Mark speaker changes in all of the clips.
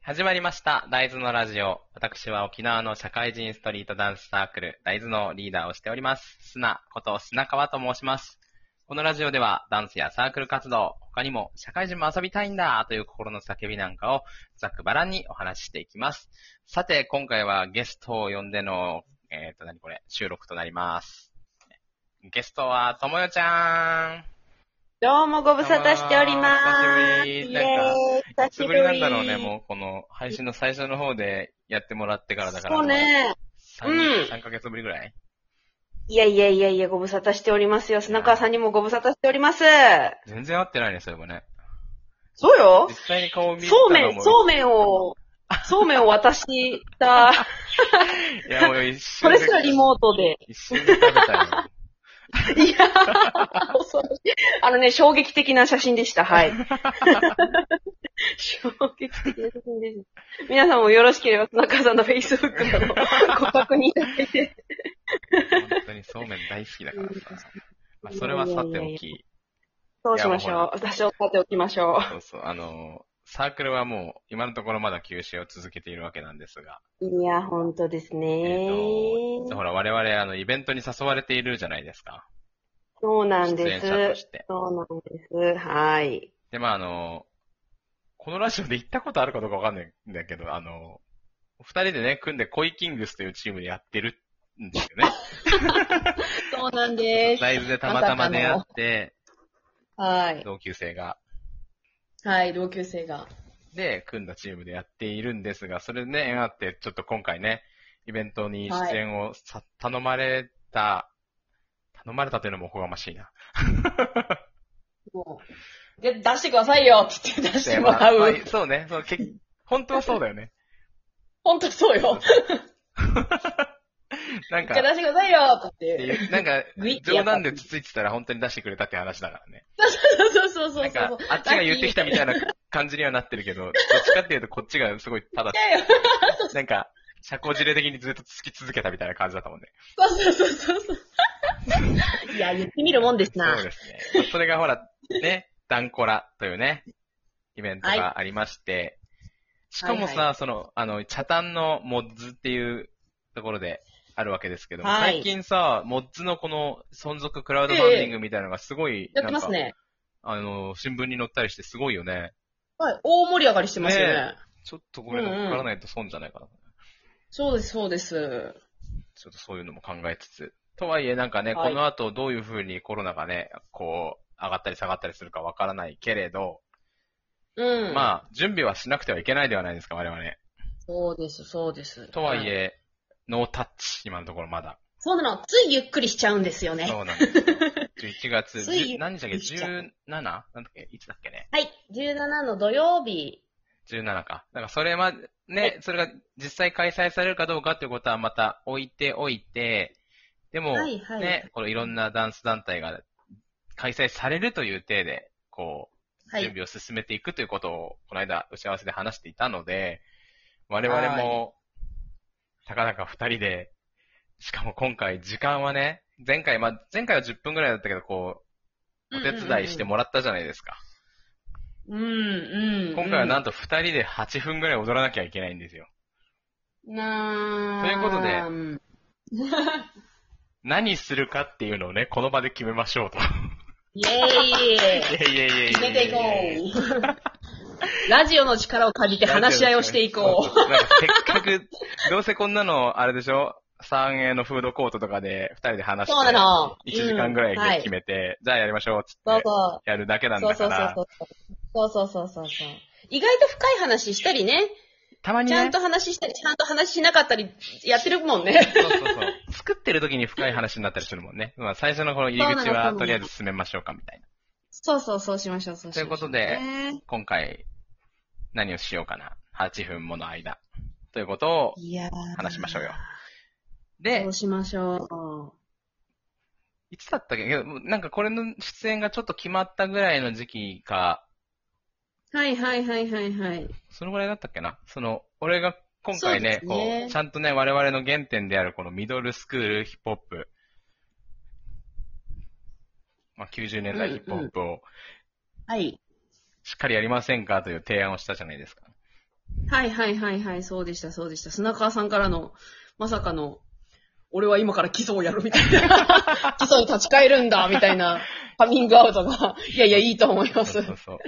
Speaker 1: 始まりました。大豆のラジオ。私は沖縄の社会人ストリートダンスサークル、大豆のリーダーをしております。砂こと砂川と申します。このラジオではダンスやサークル活動、他にも社会人も遊びたいんだという心の叫びなんかをざくばらんにお話ししていきます。さて、今回はゲストを呼んでの、えっ、と、何これ、収録となります。ゲストはともよちゃん。
Speaker 2: どうもご無沙汰しておりま
Speaker 1: どうも久しぶ
Speaker 2: す。
Speaker 1: り
Speaker 2: イエーイ
Speaker 1: いつぶりなんだろうね、
Speaker 2: う。
Speaker 1: もうこの配信の最初の方でやってもらってからだから。
Speaker 2: そうね。
Speaker 1: 3。
Speaker 2: うん
Speaker 1: 3ヶ月ぶりぐらい
Speaker 2: いやいやいやいや、ご無沙汰しておりますよ。砂川さんにもご無沙汰しております。
Speaker 1: 全然会ってないね、そういえばね。
Speaker 2: そうよ
Speaker 1: 実。際に顔見た
Speaker 2: そう
Speaker 1: の
Speaker 2: めん、
Speaker 1: も。
Speaker 2: そうめんを、そうめんを 渡した、
Speaker 1: いや、もう一
Speaker 2: そ
Speaker 1: 瞬
Speaker 2: れすらリモートで。
Speaker 1: 一瞬で食べたよ。
Speaker 2: いやー恐ろしい。あのね、衝撃的な写真でした。 はい。衝撃的な写真でした。皆さんもよろしければ、砂川さんの Facebook のご確認いただいて。
Speaker 1: 本当にそうめん大好きだからさ。まあ、それはさておき。
Speaker 2: そうしましょう。私を立ておきましょ
Speaker 1: そうそう、あの、サークルはもう、今のところまだ休止を続けているわけなんですが。
Speaker 2: う。いや、本当ですね、
Speaker 1: えっと、ほら、我々、あの、イベントに誘われているじゃないですか。
Speaker 2: そうな
Speaker 1: 出
Speaker 2: ん
Speaker 1: 演
Speaker 2: で
Speaker 1: 者と
Speaker 2: す。
Speaker 1: して。
Speaker 2: そうなんです。はい。
Speaker 1: で、まあ、あの、このラジオで行ったことあるかどうかわかんないんだけど、あの、二人でね、組んでコイキングスというチームでやってるんですよね。
Speaker 2: そうなんで
Speaker 1: ライブでたまたま出会って、
Speaker 2: はい。
Speaker 1: 同級生が。
Speaker 2: はい、同級生が。
Speaker 1: で、組んだチームでやっているんですが、それでね、縁あって、ちょっと今回ね、イベントに出演をさ、頼まれた、頼まれたというのもおこがましいな。
Speaker 2: もうで、出してくださいよって言って出 してもら
Speaker 1: でまあ
Speaker 2: う
Speaker 1: ま。あそうね、そうけ本当はそうだよね。
Speaker 2: 本当そうよ。
Speaker 1: なん
Speaker 2: 一
Speaker 1: か、
Speaker 2: 回出してくださいよって
Speaker 1: って
Speaker 2: 言って。
Speaker 1: いうなんか
Speaker 2: グイッ、て
Speaker 1: 冗
Speaker 2: やった
Speaker 1: 談でつついてたら本当に出してくれたって話だからね。
Speaker 2: そうそうそうそ
Speaker 1: なん
Speaker 2: うそう。
Speaker 1: か、あっちが言ってきたみたいな感じにはなってるけど、どっちかっていうとこっちがすごい、ただ、
Speaker 2: だよ。
Speaker 1: なんか、社交辞令的にずっとつき続けたみたいな感じだったもんね。
Speaker 2: そうそうそうそうそう。いや、言ってみるもんですな
Speaker 1: そう。ですね。それがほら、ね、ダンコラというね、イベントがありまして、しかもさ、
Speaker 2: はい
Speaker 1: その、あの、茶炭のモッズっていうところであるわけですけども、
Speaker 2: はい
Speaker 1: 最近さ、モッズのこの存続クラウドファンディングみたいなのがすごい、
Speaker 2: やってま
Speaker 1: な
Speaker 2: す
Speaker 1: んか
Speaker 2: ね。
Speaker 1: あの、新聞に載ったりしてすごいよね。
Speaker 2: はい。大盛り上がりしてますよ
Speaker 1: ね
Speaker 2: ね
Speaker 1: ちょっとこれ乗っからないと損じゃないかな。
Speaker 2: そうです、そうです。
Speaker 1: ちょっとそういうのも考えつつ。とはいえなんかね、
Speaker 2: はい
Speaker 1: この後どういう風にコロナがね、こう、上がったり下がったりするかわからないけれど、
Speaker 2: うん。あ。
Speaker 1: まあ、準備はしなくてはいけないではないですか、我々。
Speaker 2: そうです、そうです。
Speaker 1: とはい
Speaker 2: うん。
Speaker 1: え、ノータッチ、今のところまだ。
Speaker 2: そうなの。ついゆっくりしちゃうんですよね。
Speaker 1: そうなん ですよ。11月、
Speaker 2: つい
Speaker 1: 10何日だっけ、
Speaker 2: できちゃ
Speaker 1: 17? なんだっけ、いつだっけね。
Speaker 2: はい。17の土曜日。
Speaker 1: 17か。だからそれま、ね、それが実際開催されるかどうかっていうことはまた置いておいて、でも、
Speaker 2: はい、はい。
Speaker 1: ね、このいろんなダンス団体が開催されるという体で、こう、
Speaker 2: は
Speaker 1: 準
Speaker 2: い。
Speaker 1: 備を進めていくということを、この間、打ち合わせで話していたので、我々も、たかだか二人で、しかも今回、時間はね、前回、まあ、前回は10分ぐらいだったけど、こう、お手伝いしてもらったじゃないですか。
Speaker 2: うん、うん。
Speaker 1: 今回はなん
Speaker 2: ん
Speaker 1: と二人で8分ぐらい踊らなきゃいけないんですよ。
Speaker 2: な
Speaker 1: ということで
Speaker 2: うん
Speaker 1: 何するかっていうのをね、この場で決めましょうと。
Speaker 2: イェーイ
Speaker 1: いやいやいやい や
Speaker 2: 決めていこう。ラジオの力を借りて話し合いをしていこ
Speaker 1: う。なんかせっか く、どうせこんなの、あれでしょ ?3A のフードコートとかで二人で話して。
Speaker 2: そうなの
Speaker 1: 1時間ぐら
Speaker 2: うんはい
Speaker 1: で
Speaker 2: い
Speaker 1: 決めて、じゃあやりましょうっつ
Speaker 2: う。そ
Speaker 1: っ
Speaker 2: う
Speaker 1: て、
Speaker 2: そう。
Speaker 1: やるだけなん
Speaker 2: そう
Speaker 1: だか
Speaker 2: そうそう
Speaker 1: ら
Speaker 2: そ、う。そうそうそうそうそう。意外と深い話したりね。
Speaker 1: たまに
Speaker 2: ちゃん
Speaker 1: ね、
Speaker 2: と話したり、ちゃんと話しなかったり、やってるもんね。
Speaker 1: そうそうそう作ってる時に深い話になったりするもんね。まあ最初のこの入り口
Speaker 2: そうな
Speaker 1: は
Speaker 2: の
Speaker 1: とりあえず進めましょうかみたいな。
Speaker 2: そうそう、そうしましょう、そうしましょう。
Speaker 1: ということで
Speaker 2: ね
Speaker 1: 今回、何をしようかな。8分もの間。ということを、
Speaker 2: いやー
Speaker 1: 話しましょうよ。
Speaker 2: そ
Speaker 1: で
Speaker 2: う、しましょ
Speaker 1: いつだったっけなんかこれの出演がちょっと決まったぐらいの時期か、
Speaker 2: う。はいはいはいはいはい。
Speaker 1: そのぐらいだったっけなその、俺が今回ね、
Speaker 2: そうですね
Speaker 1: こう、ちゃんとね、我々の原点であるこのミドルスクールヒップホップ、まあ、90年代ヒップホップを
Speaker 2: はい。
Speaker 1: しっかりやりませんかという提案をしたじゃないですか。
Speaker 2: はいはいはいはい、そうでした、そうでした。砂川さんからの、まさかの、俺は今から基礎をやるみたい な。基礎に立ち返るんだ、みたいな、カミングアウトが、いやいや、いいと思いま
Speaker 1: そ
Speaker 2: す。
Speaker 1: う
Speaker 2: あ
Speaker 1: そうそう。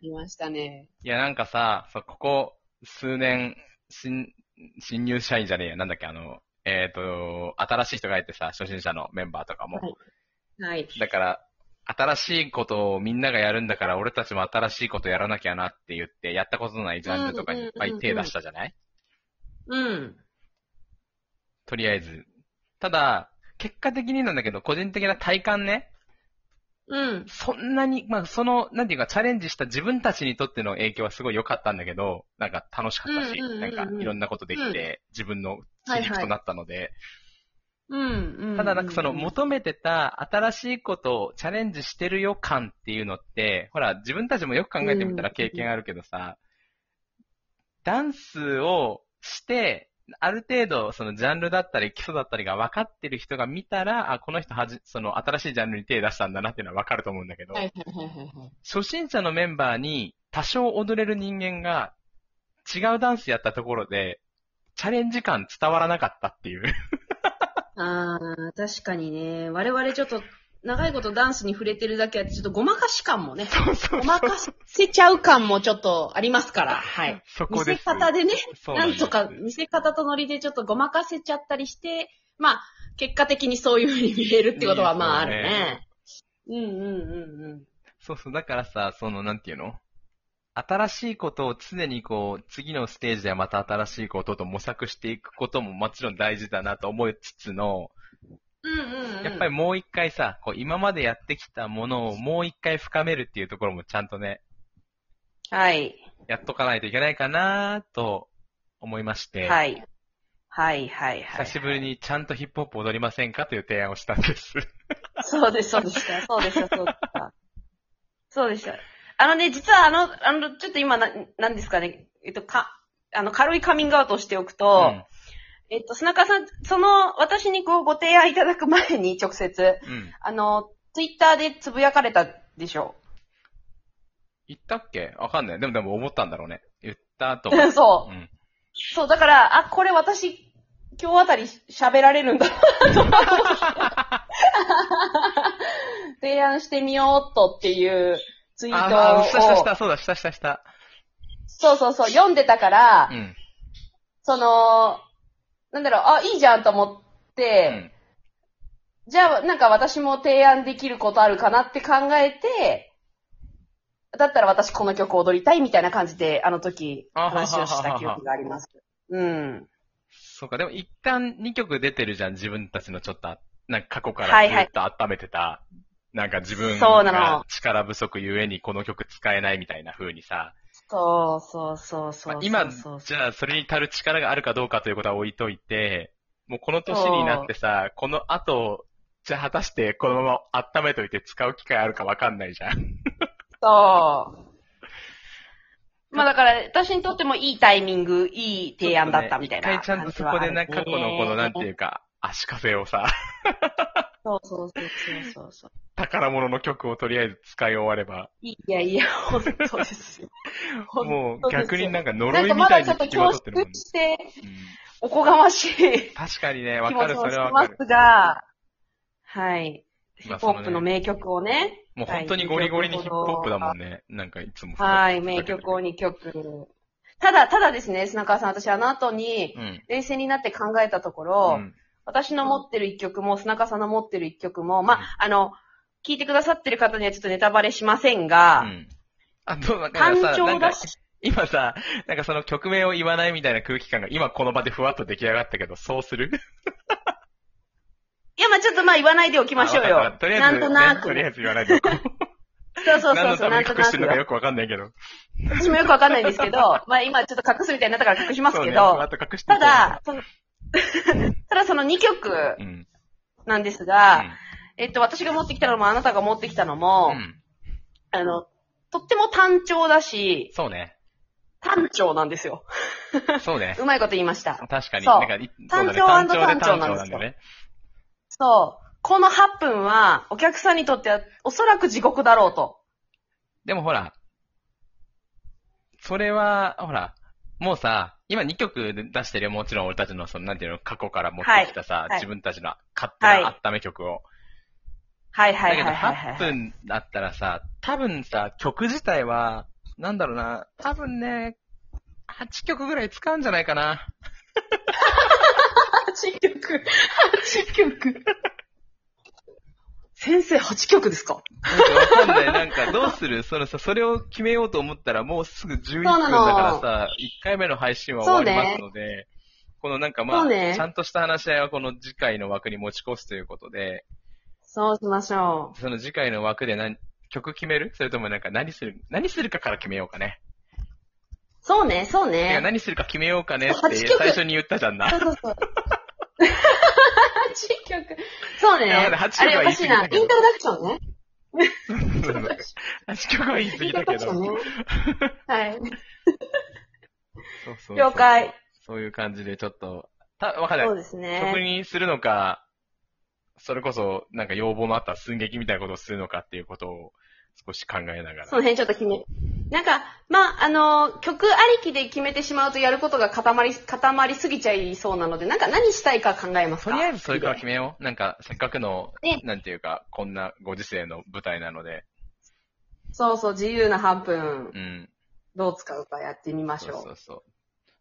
Speaker 2: りましたね。
Speaker 1: いや、なんかさ、そうここ数年、新、新入社員じゃねえや、なんだっけ、あの、えっ、と、新しい人がいてさ、初心者のメンバーとかも。
Speaker 2: はいはい。
Speaker 1: だから、新しいことをみんながやるんだから、俺たちも新しいことやらなきゃなって言って、やったことのないジャンルとかにいっぱい手出したじゃない
Speaker 2: うん。
Speaker 1: とりあえず。ただ、結果的になんだけど、個人的な体感ね、
Speaker 2: うん。
Speaker 1: そんなに、まあ、その、なんていうか、チャレンジした自分たちにとっての影響はすごい良かったんだけど、なんか楽しかったし、
Speaker 2: うんうんうん
Speaker 1: な
Speaker 2: うんん
Speaker 1: かいろんなことできて、自分の刺激となったので、
Speaker 2: うん。うん。
Speaker 1: ただなんかその
Speaker 2: も
Speaker 1: 求めてた新しいことをチャレンジしてるよ感っていうのって、ほら、自分たちもよく考えてみたら経験あるけどさ、ダンスをして、ある程度、そのジャンルだったり基礎だったりが分かってる人が見たら、あ、この人はじ、その新しいジャンルに手出したんだなっていうのは分かると思うんだけど、
Speaker 2: はいはいはいはいはい。
Speaker 1: 初心者のメンバーに多少踊れる人間が違うダンスやったところで、チャレンジ感伝わらなかったって いう。
Speaker 2: ああ、確かにね。我々ちょっと、長いことダンスに触れてるだけあって、ちょっとごまかし感もね。
Speaker 1: そうそう
Speaker 2: ごまかせちゃう感もちょっとありますから。はい。
Speaker 1: そ
Speaker 2: 見
Speaker 1: こで
Speaker 2: せ
Speaker 1: す。
Speaker 2: 方でね、
Speaker 1: そう
Speaker 2: なん
Speaker 1: です
Speaker 2: とか見せ方とノリでちょっとごまかせちゃったりして、まあ、結果的にそういうふうに見えるってことはまああるね。うんうんうんうん。
Speaker 1: そうそう、だからさ、その、なんていうの新しいことを常にこう、次のステージではまた新しいことと模索していくことももちろん大事だなと思いつつの、
Speaker 2: うんうん、うん。
Speaker 1: やっぱりもう一回さ、こう今までやってきたものをもう一回深めるっていうところもちゃんとね、
Speaker 2: はい。
Speaker 1: やっとかないといけないかなと思いまして、
Speaker 2: はい。はいはいは
Speaker 1: 久
Speaker 2: い。
Speaker 1: しぶり。にちゃんとヒップホップ踊りませんかという提案をしたんです。
Speaker 2: そうです、そうでした。そうでした、そうでした。そうでした。あのね、実はあの、あの、ちょっと今な、なんですかね、えっと、か、あの、軽いカミングアウトをしておくと、
Speaker 1: ん
Speaker 2: えっと、砂川さん、その、私にこう、ご提案いただく前に直接、
Speaker 1: うん。
Speaker 2: あの、ツイッターでつぶやかれたでしょ。
Speaker 1: 言ったっけわかんない。でもでも思ったんだろうね。言った後。
Speaker 2: そうう。
Speaker 1: ん。
Speaker 2: そう、だから、あ、これ私、今日あたり喋られるんだな、と 思って。提案してみようっとっていうツイートを。
Speaker 1: ああ、したしたした、そうだ、したしたした。
Speaker 2: そうそうそう、読んでたから、
Speaker 1: うん。
Speaker 2: その、なんだろう、あ、いいじゃんと思っ
Speaker 1: う
Speaker 2: て、
Speaker 1: ん。
Speaker 2: じゃあ、なんか私も提案できることあるかなって考えて、だったら私この曲踊りたいみたいな感じで、あの時、
Speaker 1: あはははは
Speaker 2: 話をした記憶があります。うん。
Speaker 1: そうか、でも一旦2曲出てるじゃん、自分たちのちょっとあ、なんか過去か
Speaker 2: は
Speaker 1: ら
Speaker 2: い
Speaker 1: ず
Speaker 2: はい
Speaker 1: っと温めてた、なんか自分
Speaker 2: そうなの
Speaker 1: が力不足ゆえにこの曲使えないみたいな風にさ、
Speaker 2: そうそうそうそう
Speaker 1: まあ
Speaker 2: そう。
Speaker 1: 今、
Speaker 2: そう
Speaker 1: じゃあそれに足る力があるかどうかということは置いといて、もうこの年になってさ、この後、じゃあ果たしてこのまま温めといて使う機会あるかわかんないじゃん。
Speaker 2: そう。まあだから、私にとってもいいタイミング、いい提案だったみたいな。
Speaker 1: 一回ちゃんとそこでな、過去のこのなんていううか、足かせをさ、
Speaker 2: そうそうそうそうそうそう。
Speaker 1: 宝物の曲をとりあえず使い終われば、
Speaker 2: いやいや、本当ですよ。本
Speaker 1: も
Speaker 2: 当
Speaker 1: う
Speaker 2: ですよ
Speaker 1: 逆になんか
Speaker 2: 当
Speaker 1: 呪
Speaker 2: なん
Speaker 1: い
Speaker 2: か
Speaker 1: み
Speaker 2: ま
Speaker 1: たい
Speaker 2: だ
Speaker 1: に
Speaker 2: ちょっと
Speaker 1: 聞きま
Speaker 2: 恐
Speaker 1: と
Speaker 2: 縮
Speaker 1: ってるもんね。
Speaker 2: して、
Speaker 1: うん
Speaker 2: おこがましい気
Speaker 1: 確かにね、わか
Speaker 2: 持
Speaker 1: る、
Speaker 2: ちを
Speaker 1: そ
Speaker 2: し
Speaker 1: れはわ
Speaker 2: ま
Speaker 1: かる。
Speaker 2: すが、はい。ヒ
Speaker 1: まあ
Speaker 2: ップホップの名曲をね、
Speaker 1: もう本当にゴリゴリにヒップホップだもんね。なんかいつも。
Speaker 2: はい、名曲を。2曲。ただ、ただですね、砂川さん、私あの後に、
Speaker 1: うん。
Speaker 2: 冷静になって考えたとこ
Speaker 1: う
Speaker 2: ろ、
Speaker 1: ん。
Speaker 2: 私の持ってる1曲も、砂川さんの持ってる1曲も、まあ、あの、聞いてくださってる方にはちょっとネタバレしません
Speaker 1: う
Speaker 2: が、
Speaker 1: んあと、なんか
Speaker 2: 感
Speaker 1: さ、な
Speaker 2: 情
Speaker 1: んか
Speaker 2: だし、
Speaker 1: 今さ、なんかその曲名を言わないみたいな空気感が今この場でふわっと出来上がったけど、そうする
Speaker 2: いや、まあちょっとまあ言わないでおきましょう
Speaker 1: あわか
Speaker 2: よ
Speaker 1: ったと。りあえ
Speaker 2: な
Speaker 1: ず
Speaker 2: ん
Speaker 1: ね、
Speaker 2: となく
Speaker 1: と。りあえず言わないでおこう。
Speaker 2: そうそう
Speaker 1: 何の
Speaker 2: そうそ
Speaker 1: た
Speaker 2: う、な
Speaker 1: めに
Speaker 2: んと
Speaker 1: 隠
Speaker 2: な
Speaker 1: して
Speaker 2: く
Speaker 1: るの
Speaker 2: よ
Speaker 1: か。よくわかんないけど。
Speaker 2: 私もよくわかんないんですけど、まあ今ちょっと隠すみたいになったから隠しますけ
Speaker 1: そうね
Speaker 2: ど、
Speaker 1: また隠してい
Speaker 2: た
Speaker 1: こう
Speaker 2: だ、その ただその2曲
Speaker 1: うん。うん。
Speaker 2: なんですが、えっと、私が持ってきたのもあなたが持ってきたのも、
Speaker 1: うん
Speaker 2: あの、とっても単調だし、
Speaker 1: そうね。
Speaker 2: 単調なんですよ。
Speaker 1: そうね。
Speaker 2: うまいこと言いました。
Speaker 1: 確かに。
Speaker 2: そう
Speaker 1: なんかい
Speaker 2: 単調
Speaker 1: そうだね単調
Speaker 2: 単調
Speaker 1: で単調
Speaker 2: な
Speaker 1: なん
Speaker 2: ん
Speaker 1: だ
Speaker 2: です
Speaker 1: ね。
Speaker 2: そう。この8分は、お客さんにとっては、おそらく地獄だろうと。
Speaker 1: でもほら、それは、ほら、もうさ、今2曲出してるよ、もちろん俺たちの、その、なんていうの、過去から持ってきたさ、
Speaker 3: はいはい
Speaker 1: 自分たちの勝手な温め曲を。
Speaker 3: はいは
Speaker 1: だ
Speaker 3: い
Speaker 1: け
Speaker 3: は
Speaker 1: ど
Speaker 3: いはいはい。
Speaker 1: 8分だったらさ、多分さ、曲自体は、なんだろうな、多分ね、8曲ぐらい使うんじゃないかな。
Speaker 2: 8曲。8 曲。先生8曲ですか
Speaker 1: なんかわかんない。なんかどうするそのさ、それを決めようと思ったらもうすぐ11分だ
Speaker 2: そうなの
Speaker 1: からさ、1回目の配信は終わりますので、このなんかま
Speaker 2: そ
Speaker 1: あ、
Speaker 2: うね
Speaker 1: ちゃんとした話し合いはこの次回の枠に持ち越すということで、
Speaker 2: そうしましょ
Speaker 1: その次回の枠で何、曲決めるそれともなんか何する、何するかから決めようかね。
Speaker 2: う。そうね、そう
Speaker 1: いや
Speaker 2: ね。
Speaker 1: 何するか決めようかねっ
Speaker 2: そう
Speaker 1: て
Speaker 2: 八曲
Speaker 1: 最初に言ったじゃんな。
Speaker 2: そうそうそう。8曲。そうね。
Speaker 1: いやまだ8曲
Speaker 2: あれ
Speaker 1: は言
Speaker 2: おか
Speaker 1: い
Speaker 2: し
Speaker 1: 過ぎ
Speaker 2: いな。イ
Speaker 1: だ
Speaker 2: ン
Speaker 1: けど
Speaker 2: トロダクションね。
Speaker 1: 8曲は言い過
Speaker 2: イ
Speaker 1: ぎ
Speaker 2: ントロ
Speaker 1: だけ
Speaker 2: ダクシ
Speaker 1: ど。
Speaker 2: ョンね。はい。
Speaker 1: そうそうそう
Speaker 3: 了。解。
Speaker 1: そういう感じでちょっと、た、わかんない
Speaker 2: そう。です
Speaker 1: 曲
Speaker 2: ね。
Speaker 1: にするのか、それこそ、なんか要望のあった寸劇みたいなことをするのかっていうことを少し考えながら。
Speaker 2: その辺ちょっと決め。なんか、まあ、あの、曲ありきで決めてしまうとやることが固まり、固まりすぎちゃいそうなので、なんか何したいか考えます
Speaker 1: と
Speaker 2: か
Speaker 1: りあえずそれから決めよう。なんか、せっかくの、
Speaker 2: ね
Speaker 1: なんていうか、こんなご時世の舞台なので。
Speaker 2: そうそう、自由な半分
Speaker 1: う、ん。
Speaker 2: どう使うかやってみまし
Speaker 1: そう
Speaker 2: ょ。
Speaker 1: そううそう。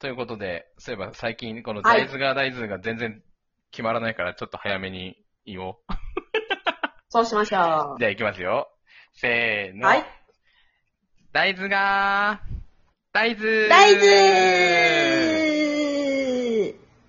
Speaker 1: ということで、そういえば最近、この大豆が大豆が全然決まらないから、ちょっと早めに言おう。
Speaker 2: そうしましょ
Speaker 1: じゃあ行きますよ。せー
Speaker 2: う。
Speaker 1: の。
Speaker 2: はい。
Speaker 1: 大豆がー、大豆
Speaker 2: 大豆